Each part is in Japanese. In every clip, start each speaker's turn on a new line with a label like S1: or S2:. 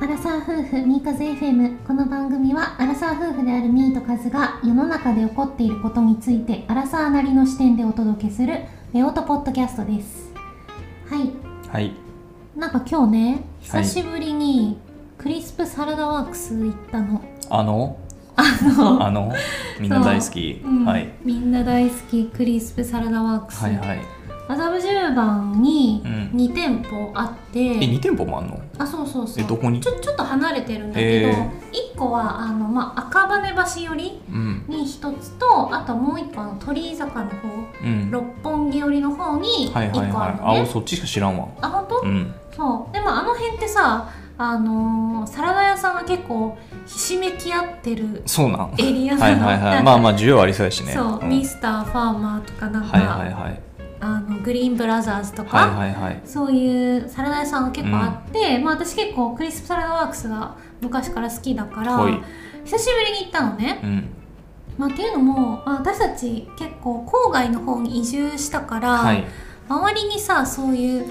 S1: ラサー夫婦ミーカズ FM この番組はアラサー夫婦であるミーとカズが世の中で起こっていることについてアラサーなりの視点でお届けする夫婦ポッドキャストですはい
S2: はい
S1: なんか今日ね
S2: は
S1: 久
S2: い
S1: しぶりにクリスプサラダワークス行ったの、
S2: あの
S1: あの
S2: あのみんな大好き、
S1: うん
S2: はい
S1: みんな大好きクリスプサラダワークス、
S2: はいはい
S1: 麻布十番に
S2: うん
S1: 2店舗あって、
S2: え二店舗もあんの
S1: あそうそうそう
S2: えどこに
S1: ちょちょっと離れてるんだけど、
S2: え
S1: 一1個はあの、まあ、赤羽橋寄り
S2: うん
S1: に1つとあともう1個あの鳥居坂の方
S2: うん
S1: 六本木寄りの方に1個
S2: はいはい
S1: あ
S2: は
S1: る
S2: い
S1: のね、
S2: あおそっちしか知らんわ
S1: あ本当、
S2: うん
S1: そうでもあの辺ってさあのーサラダ屋さんが結構ひしめき合ってる
S2: そうなんは
S1: エリア
S2: い
S1: なの
S2: はいは
S1: ないんか
S2: まあまあ需要ありそうやしね
S1: そう、
S2: ん
S1: ミスターファーマーとかなんか、
S2: はいはいはい
S1: あのグリーンブラザーズとか、
S2: はいはいはい
S1: そういうサラダ屋さんが結構あって、まあ私結構クリスプサラダワークスが昔から好きだから
S2: ほい
S1: 久しぶりに行ったのね、
S2: うん
S1: まあ、っていうのも、まあ、私たち結構郊外の方に移住したから、
S2: はい
S1: 周りにさそういう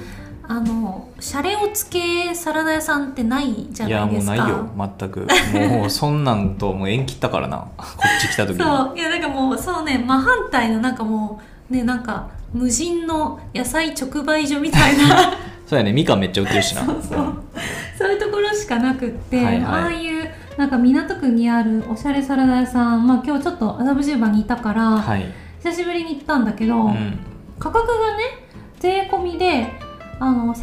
S1: あのシャレをつけサラダ屋さんってないじゃ
S2: い
S1: な
S2: や
S1: い
S2: も
S1: で
S2: う
S1: す
S2: な
S1: か
S2: いよ全く もうそんなんともう縁切ったからなこっち来た時に
S1: そういやなんかもうそうね真反対のなんかもうねなんか無人の野菜直売所みたいな
S2: そうやねみかんめっちゃ売ってるしな
S1: そうそうそういうところしかなくって、
S2: はいはい
S1: ああいうなんか港区にあるおしゃれサラダ屋さん、まあ、今日ちょっと麻布十番にいたから、
S2: はい
S1: 久しぶりに行ったんだけど、
S2: うん
S1: 価格がね税込みであの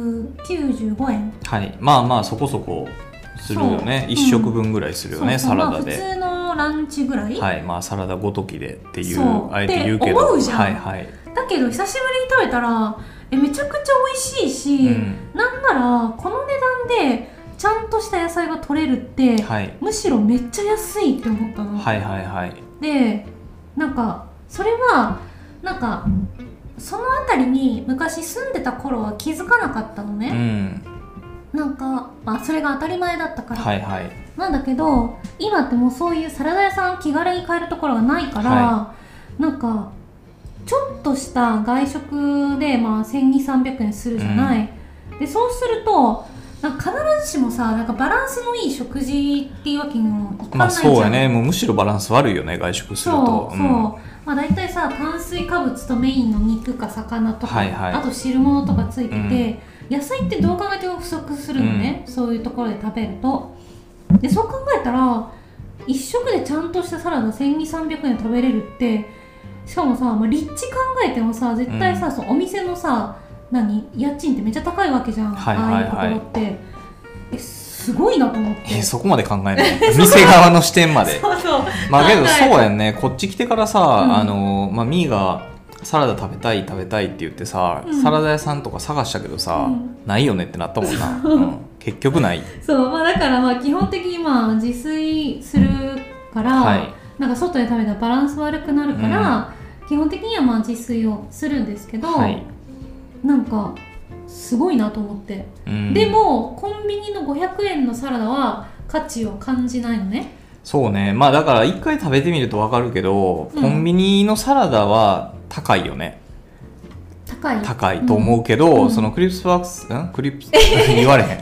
S1: 1295円
S2: はいまあまあそこそこするよね
S1: そう
S2: 一食分ぐらいするよね、
S1: そう
S2: サラ
S1: まあ
S2: ダで
S1: 普通のランチぐらい、
S2: はいまあサラダごときでってい
S1: そう
S2: うあえて言うけど
S1: って思うじゃん
S2: はいはい、
S1: だけど久しぶりに食べたらえめちゃくちゃ美味しいし、
S2: うん
S1: なんならこの値段でちゃんとした野菜が取れるって、
S2: はい、
S1: むしろめっちゃ安いって思ったの。
S2: はいはいはい
S1: でなんかそれはなんかその辺りに昔住んでた頃は気づかなかったの
S2: う
S1: ね、
S2: ん
S1: なんか、まあ、それが当たり前だったから、
S2: はいはい
S1: なんだけど今ってもうそういうサラダ屋さん気軽に買えるところがないから、
S2: は
S1: なんかちょっとした外食で、まあ、1200300円するじゃない、でそうするとなんか必ずしもさなんかバランスのいい食事っていうわけにもいかな
S2: まあ
S1: いじゃん、
S2: そうやねもうむしろバランス悪いよね外食する
S1: そ
S2: と
S1: うそう、まあ大体さ炭水化物とメインの肉か魚とか、
S2: はいはい
S1: あと汁物とかついてて、野菜ってどう考えても不足するのね、そういうところで食べるとでそう考えたら一食でちゃんとしたサラダ1200300円食べれるってしかもさ、まあ、立地考えてもさ絶対さ、そうお店のさ何家賃ってめっちゃ高いわけじゃん、
S2: はいはいはい
S1: ああいうところってえすごいなと思って
S2: えそこまで考えない 店側の視点まで
S1: そうそう
S2: まあけど
S1: 考え
S2: そうやんねこっち来てからさ、
S1: うん
S2: あのまあみーがサラダ食べたい食べたいって言ってさ、
S1: うん
S2: サラダ屋さんとか探したけどさ、
S1: うん
S2: ないよねってなったもん な、うん、結局ない
S1: そうまあだからまあ基本的にまあ自炊するから、
S2: はい
S1: なんか外で食べたらバランス悪くなるから、基本的にはまあ自炊をするんですけど、
S2: はい、
S1: なんかすごいなと思って、
S2: うん
S1: でもコンビニの500円のサラダは価値を感じないのね
S2: そうねまあだから一回食べてみるとわかるけど、
S1: うん
S2: コンビニのサラダは高いよね
S1: 高い
S2: 高いと思うけど、
S1: うん
S2: そのクリスプワークスんクリプス 言われへん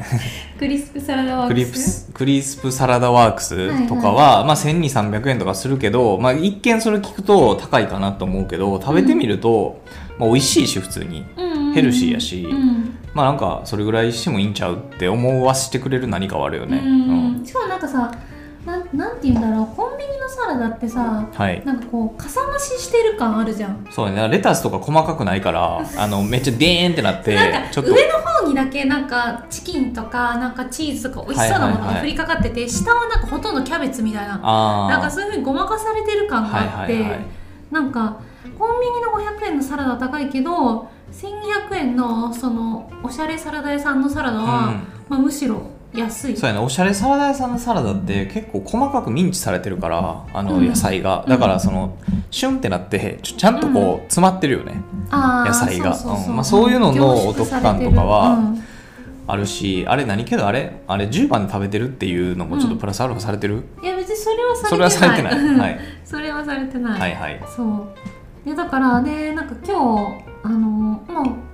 S1: クリスプサラダワー
S2: クリ
S1: ク
S2: プ
S1: ス
S2: スクリスプサラダワークスとかは、まあ、1200300円とかするけど、まあ、一見それ聞くと高いかなと思うけど食べてみると、まあ、美味しいし普通に
S1: うんうんうん
S2: ヘルシーやし
S1: うん
S2: まあなんかそれぐらいしてもいいんちゃうって思わせてくれる何かはあるよね、
S1: うんしかもなんかさなんなんて言うんだろうコンビニのサラダってさ
S2: はい
S1: なんかこうかさ増ししてる感あるじゃん
S2: そうねレタスとか細かくない からあのめっちゃデーンってなって
S1: なん
S2: ちょ
S1: か
S2: っと
S1: 上の方にだけなんかチキンとかなんかチーズとか美味しそうなものが振りかかってて、下はなんかほとんどキャベツみたいな
S2: あ
S1: なん
S2: あ
S1: かそういうふうにごまかされてる感があって、なんかコンビニの500円のサラダは高いけど1200円のそのおしゃれサラダ屋さんのサラダは、まあ、むしろ安
S2: う
S1: い
S2: ん、そうやねおしゃれサラダ屋さんのサラダって結構細かくミンチされてるからあの
S1: うん
S2: 野菜が、
S1: うん
S2: だからそのシュンってなってちょちゃんとこう詰まってるよね、
S1: あー
S2: 野菜が
S1: そうそうそう,、
S2: うんまあそういうのの
S1: 凝縮されてる
S2: お得感とかは
S1: うん
S2: あるしあれ何けどあれあれ10番で食べてるっていうのもちょっとプラスアルファされてる、
S1: いや別にそれはされてない
S2: それはされてな
S1: それはされてな
S2: い、はい
S1: い
S2: はいはい
S1: そうでだからねなんか今日あのもう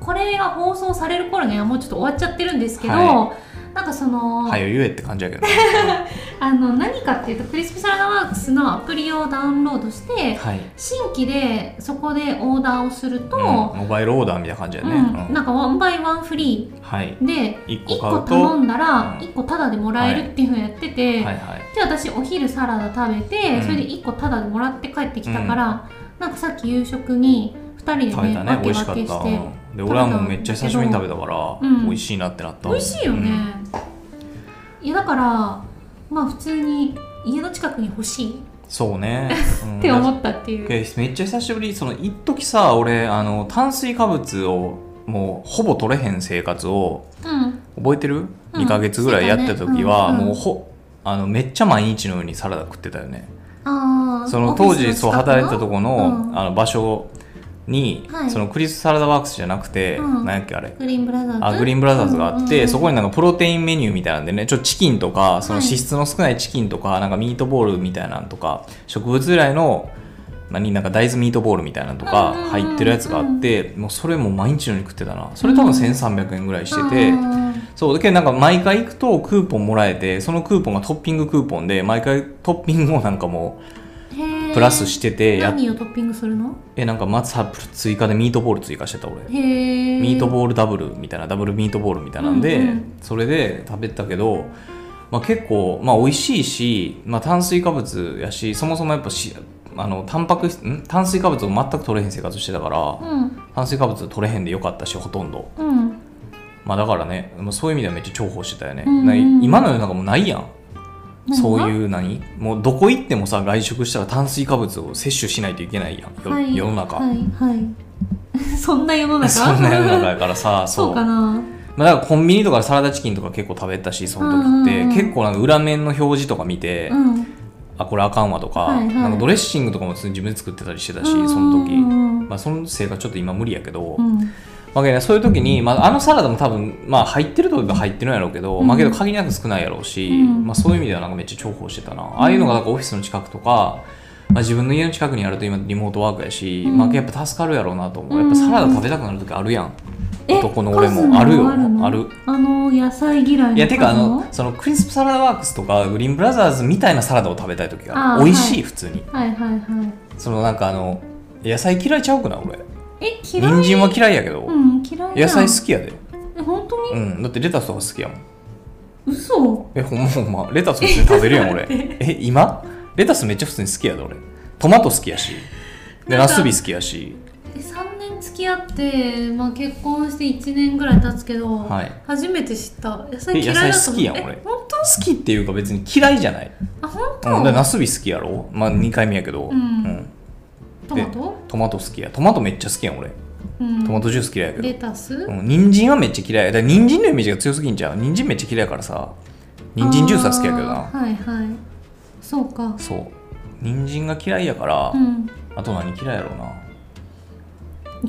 S1: これが放送される頃にはもうちょっと終わっちゃってるんですけど、
S2: は
S1: なんかその、
S2: はよゆえって感じやけどね、
S1: あの何かっていうとクリスピサラダワークスのアプリをダウンロードして
S2: はい
S1: 新規でそこでオーダーをすると、
S2: うんモバイルオーダーみたいな感じやね、
S1: うん
S2: うん
S1: なんかワンバイワンフリ
S2: はい
S1: ーで
S2: 1個
S1: 1
S2: 買
S1: 個
S2: うと
S1: 頼んだら
S2: うん
S1: 1個タダでもらえるっていうふうにやってて、
S2: はいはい
S1: で私お昼サラダ食べて、
S2: うん
S1: それで1個タダでもらって帰ってきたから、なんかさっき夕食に2人
S2: 食べ
S1: でね
S2: た
S1: 分
S2: ね美
S1: け
S2: 味しか
S1: 分
S2: っ
S1: け
S2: た
S1: し
S2: う
S1: て
S2: んで俺はもうめっちゃ久しぶりに食べたから、
S1: うん
S2: 美味しいなってなった
S1: 美味しいよね、いやだからまあ普通に家の近くに欲しい
S2: うんそ うね、うん
S1: って思ったっていう、
S2: でめっちゃ久しぶりその一時さ俺あの炭水化物をもうほぼ取れへん生活を
S1: うん
S2: 覚えてる、
S1: うん
S2: 2ヶ月ぐらいやった時は、
S1: してたねうんうん
S2: もうほあのめっちゃ毎日のようにサラダ食ってたよね
S1: ああ
S2: その当時そう働いてたとこの,、
S1: うん
S2: あの場所に、
S1: はい
S2: そのクリスサラダワークスじゃなくて、
S1: うん
S2: なんやっけあれ
S1: グリーンブラザーズ
S2: あグリーンブラザーズがあって、
S1: うんうん
S2: そこになんかプロテインメニューみたいなんでねちょっとチキンとかその
S1: はい
S2: 脂質の少ないチキンとか,、なんかミートボールみたいなんとか植物由来の何なんか大豆ミートボールみたいなのとか
S1: うんうんうん
S2: 入ってるやつがあって、もうそれも毎日のように食ってたなそれ多分1300円ぐらいしてて、
S1: あ
S2: そうだけどなんか毎回行くとクーポンもらえてそのクーポンがトッピングクーポンで毎回トッピングをなんかも
S1: ーへ
S2: う
S1: ー
S2: プラスしててやっ
S1: 何をトッピングするの
S2: えなんかまずさ追加でミートボール追加してた俺
S1: へえ
S2: ミート
S1: ー
S2: ボールダブルみたいなダブルミートボールみたいなんで、
S1: うんうん
S2: それで食べたけど、まあ、結構、まあ、美味しいし、まあ、炭水化物やしそもそもやっぱしあのタンパク質ん炭水化物を全く取れへん生活してたから
S1: うん
S2: 炭水化物取れへんでよかったしほとんど、
S1: うん
S2: まあ、だからねまあそういう意味ではめっちゃ重宝してたよね、
S1: うんうん
S2: な今の世の中もうないやん
S1: 何が
S2: そういう何もうどこ行ってもさ外食したら炭水化物を摂取しないといけないやん、よ
S1: はい
S2: 世の中、
S1: はいはい そんな世の中
S2: そんな世の中やからさ
S1: そうかな
S2: まあ、だからコンビニとかでサラダチキンとか結構食べたしその時っ
S1: う
S2: て、
S1: んうんうん
S2: 結構なんか裏面の表示とか見て、
S1: うん
S2: あこれあかんわとか,、
S1: はいはい
S2: なんかドレッシングとかも普通に自分で作ってたりしてたし、
S1: うん
S2: その時、
S1: うん
S2: まあ、そのせいがちょっと今無理やけど、
S1: うん
S2: まあけどね、そういう時に、まあ、あのサラダも多分、まあ、入ってるといえば入ってるんやろうけど、
S1: うん
S2: まあけど限りなく少ないやろうし、
S1: うん
S2: まあ、そういう意味ではなんかめっちゃ重宝してたな、ああいうのがなんかオフィスの近くとか、まあ、自分の家の近くにあると今リモートワークやし、
S1: うん
S2: まあ、やっぱ助かるやろうなと思うやっぱサラダ食べたくなる時あるやん、
S1: え
S2: 男の俺
S1: カズ
S2: も
S1: も
S2: あるよ
S1: の
S2: ある
S1: あの野菜嫌いの
S2: いやてかあの
S1: カ
S2: そのクリスプサラダワークスとかグリーンブラザーズみたいなサラダを食べたい時がある
S1: あー
S2: 美味しい、
S1: はい
S2: 普通に
S1: ズはいはいはい
S2: そのなんかあの野菜嫌いちゃうくない俺
S1: え嫌い
S2: 人参は嫌いやけど、
S1: うん嫌いじゃ
S2: 野
S1: ん
S2: 菜好きやで
S1: え本当に
S2: うんだってレタスとか好きやもん
S1: 嘘
S2: えほんまほんまレタス普通に食べるや ん俺え今レタスめっちゃ普通に好きやで俺トマト好きやしで
S1: なんか
S2: ナスビ好きやし
S1: え3年付き合って、まあ、結婚して1年ぐらい経つけど、
S2: はい
S1: 初めて知った野菜
S2: え
S1: 嫌いだと思って
S2: 野菜好きやん俺
S1: え本当
S2: 好きっていうか別に嫌いじゃない、
S1: あ本
S2: う
S1: 当、
S2: ん、だからナスビ好きやろまあ2回目やけど、
S1: うんトマト、
S2: トマト好きやトマトめっちゃ好きやん俺
S1: うん、
S2: トマトジュース嫌いやけど
S1: レタス、
S2: うん、人参はめっちゃ嫌いだから人参のイメージが強すぎんじゃん人参めっちゃ嫌いやからさ人参ジュースは好きやけど
S1: あ
S2: な
S1: ーはいはいそうか
S2: そう人参が嫌いやから、
S1: うん
S2: あと何嫌いやろうな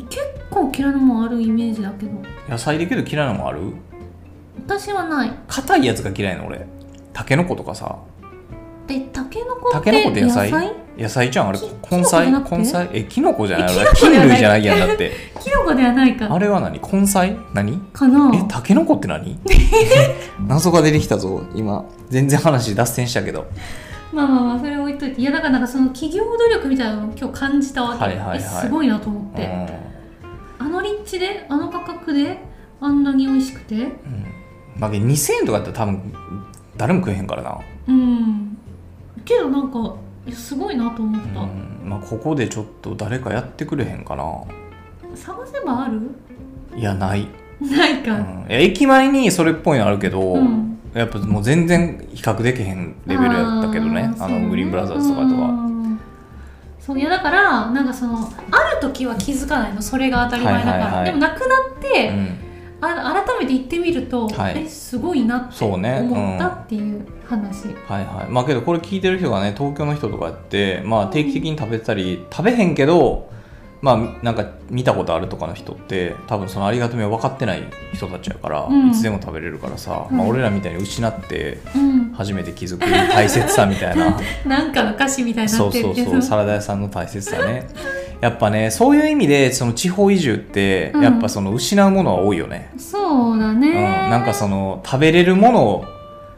S1: 結構嫌いなもんあるイメージだけど
S2: 野菜でけど嫌いなのもある
S1: 私はない
S2: 硬いやつが嫌いなの俺タケノコとかさ
S1: でタケノコって
S2: タケノコって野菜野菜じゃんあれ
S1: き
S2: 根菜
S1: キノコじゃなくて
S2: 根菜えキノコじゃない
S1: え
S2: あれ
S1: キノコじゃ
S2: 菌
S1: ない
S2: 類じゃないやんだって
S1: キノコではないか
S2: あれは何根菜何
S1: かな
S2: えタケノコっ て何謎が出てきたぞ今全然話脱線したけど
S1: まあまあまあそれ置いといていやだからなんかその企業努力みたいなのを今日感じたわけ、
S2: はいはいはい
S1: えすごいなと思っ
S2: う
S1: て、
S2: ん
S1: あの立地であの価格であんなに美味しくて
S2: まあ、2000円とかだったら多分誰も食えへんからな、
S1: うんけどなんかいやすごいなと思
S2: う
S1: っ
S2: んまあ、ここでちょっと誰かやってくれへんかな
S1: た、探せばある
S2: いやない、
S1: ないか、
S2: うんいや駅前にそれっぽいのあるけど、
S1: うん
S2: やっぱもう全然比較できへんレベルやったけどね
S1: ー
S2: あ
S1: そうね
S2: のグリーンブラザーズとかと
S1: う
S2: は、
S1: んそういやだからなんかそのある時は気づかないのそれが当たり前だから、
S2: はいはいはい
S1: でもなくなって、
S2: うん
S1: あ改めて行ってみると、
S2: はい
S1: えすごいなって
S2: そうね
S1: 思ったっていう話、
S2: はいはいまあけどこれ聞いてる人がね東京の人とかやって、まあ、定期的に食べてたり食べへんけどまあなんか見たことあるとかの人って多分そのありがたみを分かってない人たちやから、
S1: うん
S2: いつでも食べれるからさ、まあ、
S1: うん
S2: 俺らみたいに失って
S1: うん、
S2: 初めて気づく 大切さみ たいな
S1: なんかの歌詞みたいにな
S2: そ
S1: っ
S2: う
S1: て
S2: そ
S1: る
S2: う
S1: けど
S2: そうサラダ屋さんの大切さねやっぱねそういう意味でその地方移住って
S1: うん
S2: やっぱその失うものは多いよね、
S1: そうだ
S2: うん
S1: ね、
S2: なんかその食べれるものを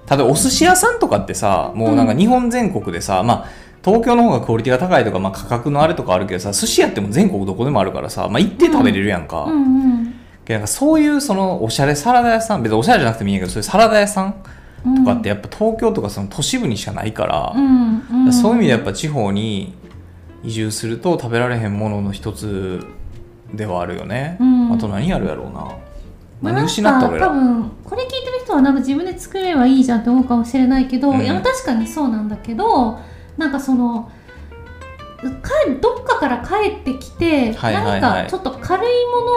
S2: 例えばお寿司屋さんとかってさもうなんか日本全国でさ、まあ東京の方がクオリティが高いとか、まあ、価格のあるとかあるけどさ寿司屋ってもう全国どこでもあるからさ、まあ、行って食べれるやんか、
S1: うん
S2: けどなんかそういうそのおしゃれサラダ屋さん別におしゃれじゃなくてもいいんやけどそういうサラダ屋さん
S1: うん、
S2: とかってやっぱ東京とかその都市部にしかないから,、
S1: うんうん
S2: そういう意味でやっぱ地方に移住すると食べられへんものの一つではあるよね、
S1: うん
S2: あと何やるやろうな
S1: まあ
S2: 何失った俺
S1: なん
S2: ら
S1: か多分これ聞いてる人はなんか自分で作ればいいじゃんって思うかもしれないけど、
S2: うん
S1: いや確かにそうなんだけどなんかその帰どっかから帰ってきて、
S2: はいはいはい
S1: なんかちょっと軽い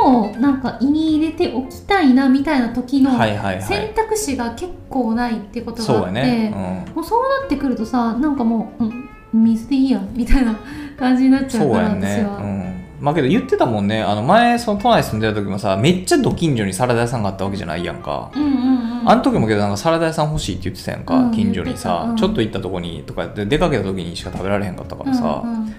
S1: ものをなんか胃に入れておきたいなみたいな時の
S2: はいはいは
S1: 選
S2: い
S1: 択肢が結構ないってことがあ
S2: そう
S1: って、
S2: やね、うん
S1: もうそうなってくるとさなんかもう、うん、水でいいやみたいな感じになっちゃ
S2: そうう
S1: から
S2: やん
S1: 私
S2: ね、
S1: は。
S2: うん、まあけど言ってたもんねあの前その都内住んでた時もさめっちゃド近所にサラダ屋さんがあったわけじゃないやんか
S1: うんうんうん
S2: あの時もけどなんかサラダ屋さん欲しいって言ってたやんか、
S1: うん
S2: 近所に
S1: 言ってた
S2: さ、
S1: うん
S2: ちょっと行ったとこにとかで出かけた時にしか食べられへんかったからさ、
S1: うんうん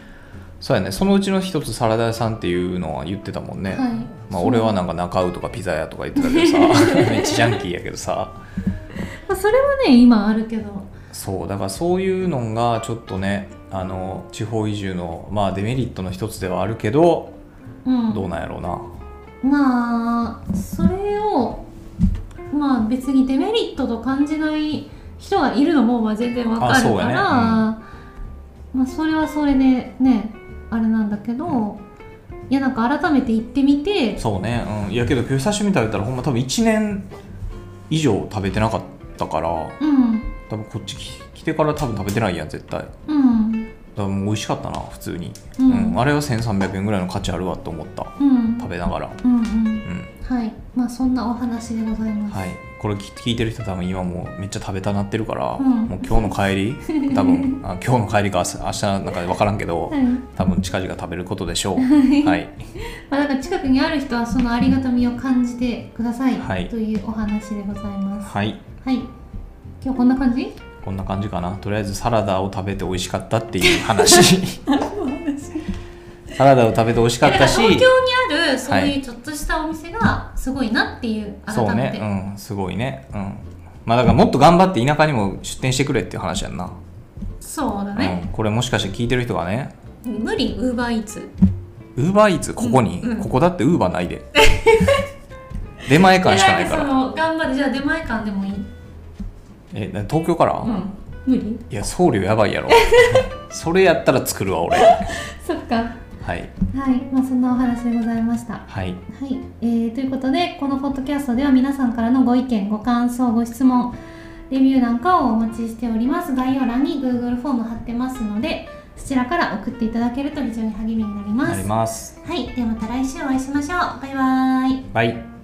S2: そうやねそのうちの一つサラダ屋さんっていうのは言ってたもん
S1: は
S2: ね、
S1: い
S2: まあ、
S1: そう
S2: 俺はなんか中尾とかピザ屋とか言ってたけど さめっちゃジャンキーやけどさ
S1: まあそれはね今あるけど
S2: そうだからそういうのがちょっとねあの地方移住の、まあ、デメリットの一つではあるけど
S1: うん
S2: どうなんやろうな、
S1: まあそれをまあ別にデメリットと感じない人がいるのもまあ全然わか
S2: あ
S1: るから
S2: そうやねうん
S1: まあ、それはそれでねあれなんだけどいやなんか改めて行ってみて
S2: そうね、うん、いやけど今日久しぶりに食べたらほんま多分1年以上食べてなかったから
S1: うん
S2: 多分こっちき来てから多分食べてないやん絶対だか
S1: うん
S2: らもう美味しかったな普通に、
S1: うん
S2: あれは1300円ぐらいの価値あるわと思った
S1: うん
S2: 食べながら
S1: うんうん
S2: うん
S1: はいまあそんなお話でございます、
S2: はいこれ聞聞いてる人多分今もうめっちゃ食べたなってるから、
S1: うん
S2: もう今日の帰り多分あ今日の帰りか明日明日なんか分からんけど
S1: うん
S2: 多分近々食べることでしょうはい
S1: まあ、だから近くにある人はそのありがたみを感じてください、
S2: はい
S1: というお話でございます。
S2: はい
S1: はい、今日こんな感じ
S2: こんな感じかなとりあえずサラダを食べて美味しかったってい う話サラダを食べて美味しか
S1: だ
S2: っ
S1: か
S2: た
S1: ら
S2: し
S1: 東京にあるそう
S2: はいいう
S1: ちょっとしたお店がすごいなっていう改
S2: そう
S1: めて
S2: ねうんすごいねうんまあだからもっと頑張って田舎にも出店してくれっていう話やんな、
S1: そうだね、
S2: うん、これもしかして聞いてる人がね
S1: 無理ウーバーイーツ
S2: ウーバーイーツここに、
S1: うんうん
S2: ここだってウーバ ーないで出前館しかないか
S1: いや
S2: ら
S1: んその頑張ってじゃあ出前館でもいい
S2: えな東京から、
S1: うん無理
S2: いや送料やばいやろそれやったら作るわ俺
S1: そっかは
S2: はい
S1: いまあそんなお話でございましたは
S2: はい
S1: い、えーということでこのポッドキャストでは皆さんからのご意見ご感想ご質問レビューなんかをお待ちしております概要欄に Google フォーム貼ってますのでそちらから送っていただけると非常に励みになりま
S2: な
S1: す
S2: ります
S1: はいではまた来週お会いしましょうバイバーイ
S2: バイ